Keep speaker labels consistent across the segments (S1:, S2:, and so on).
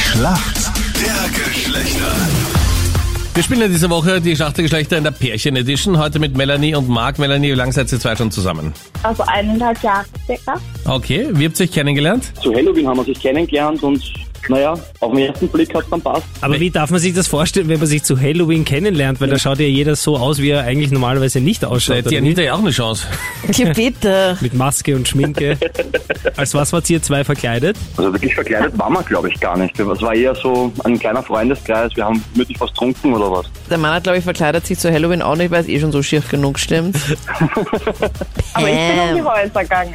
S1: Schlacht der Geschlechter.
S2: Wir spielen ja diese Woche die Schlacht der Geschlechter in der Pärchen Edition. Heute mit Melanie und Marc. Melanie, wie lange seid ihr zwei schon zusammen?
S3: Also eineinhalb Jahre circa.
S2: Okay, wie habt ihr euch kennengelernt?
S4: Zu Halloween haben wir sich kennengelernt und naja, auf den ersten Blick hat es dann passt.
S5: Aber wie darf man sich das vorstellen, wenn man sich zu Halloween kennenlernt? Weil da schaut ja jeder so aus, wie er eigentlich normalerweise nicht
S2: Da
S5: ausschaut.
S2: hätte Äh, die
S5: oder nicht?
S2: Anita ja auch eine Chance.
S6: Ja, bitte.
S5: Mit Maske und Schminke. Als was wart ihr zwei verkleidet?
S4: Also wirklich verkleidet waren wir, glaube ich, gar nicht. Es war eher so ein kleiner Freundeskreis. Wir haben wirklich was getrunken oder was.
S6: Der Mann hat, glaube ich, verkleidet sich zu Halloween auch nicht, weil es eh schon so schier genug stimmt.
S3: Aber ich bin um die
S6: Ähm,
S3: Häuser gegangen.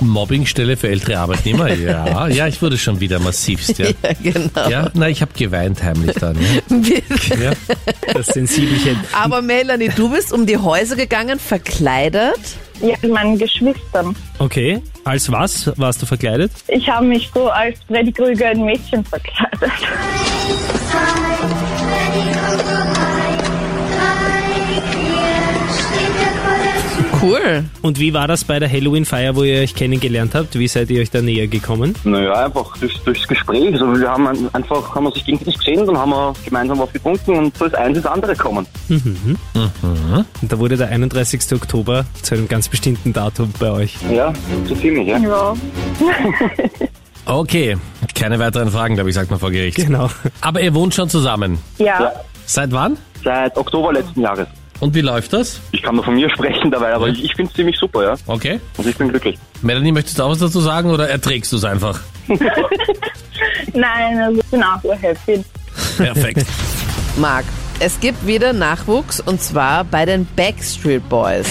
S2: Mobbingstelle für ältere Arbeitnehmer. Ja, ja, ich wurde schon wieder massivst, ja.
S6: ja, genau.
S2: Ja, na, ich habe geweint heimlich dann. Ja. Ja.
S5: Das Sensibelchen.
S6: Aber Melanie, du bist um die Häuser gegangen, verkleidet.
S3: Ja, mit meinen Geschwistern.
S5: Okay, als was warst du verkleidet?
S3: Ich habe mich so als Freddy Krüger ein Mädchen verkleidet.
S6: Cool.
S5: Und wie war das bei der Halloween-Feier, wo ihr euch kennengelernt habt? Wie seid ihr euch da näher gekommen?
S4: Naja, einfach durchs, durchs Gespräch. Also wir haben ein- einfach, haben wir sich gegenseitig gesehen, dann haben wir gemeinsam was getrunken und so ist eins ins andere gekommen.
S5: Und da wurde der 31. Oktober zu einem ganz bestimmten Datum bei euch.
S4: Ja, so ziemlich, ja.
S3: Ja.
S2: Okay, keine weiteren Fragen, glaube ich, sagt man vor Gericht.
S5: Genau.
S2: Aber ihr wohnt schon zusammen.
S3: Ja.
S2: Seit wann?
S4: Seit Oktober letzten Jahres.
S2: Und wie läuft das?
S4: Ich kann nur von mir sprechen dabei, aber ich, ich finde es ziemlich super, ja.
S2: Okay.
S4: Also ich bin glücklich.
S2: Melanie, möchtest du auch was dazu sagen oder erträgst du es einfach?
S3: Nein, also ich bin auch urhappy.
S2: Perfekt.
S6: Marc, es gibt wieder Nachwuchs und zwar bei den Backstreet Boys.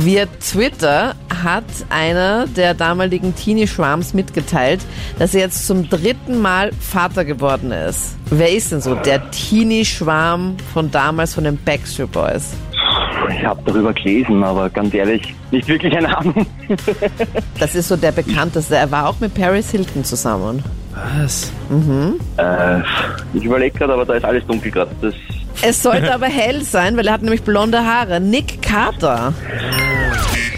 S6: Via Twitter hat einer der damaligen Teenie-Schwarms mitgeteilt, dass er jetzt zum dritten Mal Vater geworden ist. Wer ist denn so der Teenie-Schwarm von damals von den Backstreet Boys?
S4: Ich habe darüber gelesen, aber ganz ehrlich, nicht wirklich eine Ahnung.
S6: Das ist so der bekannteste. Er war auch mit Paris Hilton zusammen.
S5: Was?
S4: Äh, ich überlege gerade, aber da ist alles dunkel gerade. Das
S6: Es sollte aber hell sein, weil er hat nämlich blonde Haare. Nick Carter.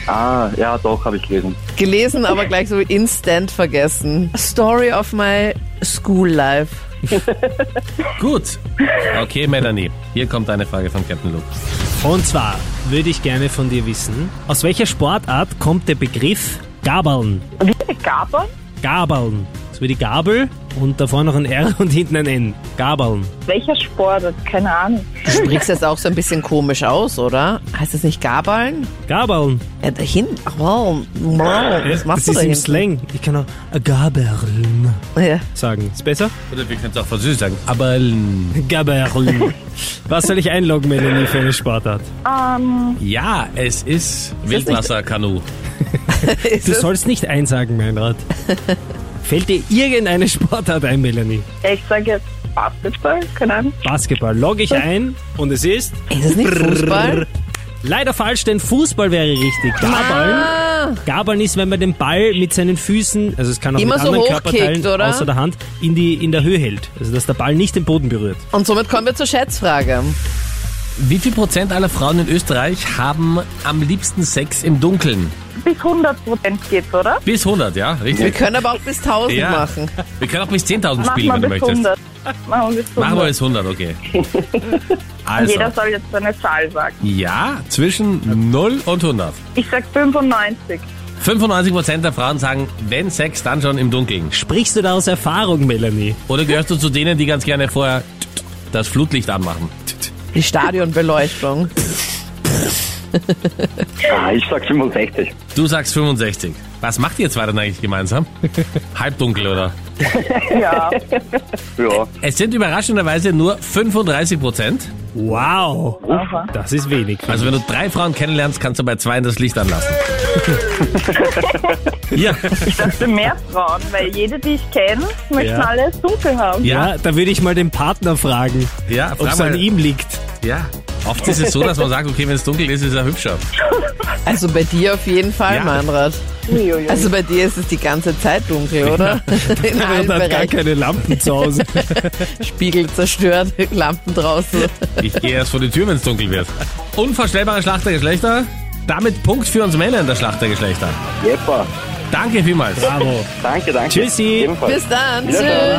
S4: Ah, ja, doch, habe ich gelesen.
S6: Gelesen, aber gleich so instant vergessen. Story of my school life.
S2: Gut. Okay, Melanie, hier kommt eine Frage von Captain Luke.
S5: Und zwar würde ich gerne von dir wissen, aus welcher Sportart kommt der Begriff Gabeln?
S3: Gaber?
S5: Gabeln. So wie die Gabel und davor noch ein R und hinten ein N. Gabeln.
S3: Welcher Sport? Also Keine Ahnung.
S6: Du sprichst das auch so ein bisschen komisch aus, oder? Heißt das nicht Gaballen?
S5: Gabeln.
S6: Ja, da hinten. Wow, wow, was machst
S5: das
S6: du
S5: ist
S6: da
S5: im
S6: hinten?
S5: Slang. Ich kann auch Gabeln
S6: Ja.
S5: sagen. Ist besser?
S2: Oder wir können es auch französisch sagen. Aber ähm,
S5: Gabeln. Was soll ich einloggen, Melanie, für eine Sportart?
S3: Ähm,
S2: ja, es ist Wildwasserkanu.
S6: Ist
S5: Du
S6: das-
S5: sollst nicht einsagen, mein Rat. Fällt dir irgendeine Sportart ein, Melanie?
S3: ich sage jetzt Basketball, keine Ahnung.
S5: Basketball logge ich ein und es ist
S6: ist das nicht Fußball?
S5: leider falsch, denn Fußball wäre richtig. Gabeln.
S6: Ah,
S5: Gabeln ist, wenn man den Ball mit seinen Füßen, also es kann auch
S6: Immer
S5: mit
S6: so
S5: anderen
S6: hochkickt,
S5: Körperteilen
S6: oder?
S5: außer der Hand, in, die, in der Höhe hält. Also dass der Ball nicht den Boden berührt.
S6: und somit kommen wir zur Schätzfrage.
S2: Wie viel Prozent aller Frauen in Österreich haben am liebsten Sex im Dunkeln?
S3: Bis 100 Prozent geht's, oder?
S2: Bis 100, ja,
S6: Wir
S2: richtig?
S6: können aber auch bis 1000
S2: Ja.
S6: machen.
S2: Wir können auch bis 10.000
S3: Machen
S2: spielen,
S3: wir
S2: wenn du
S3: bis
S2: möchtest.
S3: 100. Machen wir bis
S2: Machen wir
S3: 100.
S2: bis 100, okay.
S3: Jeder
S2: Also,
S3: soll jetzt seine Zahl sagen.
S2: ja, zwischen 0 und 100.
S3: Ich sag 95.
S2: 95% der Frauen sagen, wenn Sex, dann schon im Dunkeln.
S5: Sprichst du da aus Erfahrung, Melanie?
S2: Oder gehörst du zu denen, die ganz gerne vorher das Flutlicht anmachen?
S6: Die Stadionbeleuchtung.
S4: Ah, ich sag 65.
S2: Du sagst 65. Was macht ihr zwei denn eigentlich gemeinsam? Halbdunkel, oder?
S3: Ja.
S4: Ja.
S2: Es sind überraschenderweise nur 35 Prozent.
S5: Wow,
S3: Aha.
S5: das ist wenig.
S2: Also wenn du drei Frauen kennenlernst, kannst du bei zwei das Licht anlassen. ja,
S3: Ich dachte mehr Frauen, weil jede, die ich kenne, möchten
S5: Ja.
S3: alle es dunkel haben.
S5: ja, da würde ich mal den Partner fragen,
S2: ja,
S5: ob
S2: frag
S5: es an
S2: mal.
S5: ihm liegt.
S2: Ja. Oft ist es so, dass man sagt, okay, wenn es dunkel ist, ist er hübscher.
S6: Also bei dir auf jeden Fall,
S2: Ja.
S6: Meinrad.
S3: Uiuiui.
S6: Also bei dir ist es die ganze Zeit dunkel, oder? In allen
S5: Und hat gar
S6: Bereichen.
S5: keine Lampen zu Hause.
S6: Spiegel zerstört, Lampen draußen.
S2: Ich gehe erst vor die Tür, wenn es dunkel wird. Unvorstellbare Schlacht der Geschlechter. Damit Punkt für uns Männer in der Schlacht der Geschlechter.
S4: Jeppa.
S2: Danke vielmals.
S5: Bravo.
S4: Danke, danke.
S5: Tschüssi.
S4: Ebenfalls.
S6: Bis dann.
S4: Wiedersehen.
S6: Tschüss.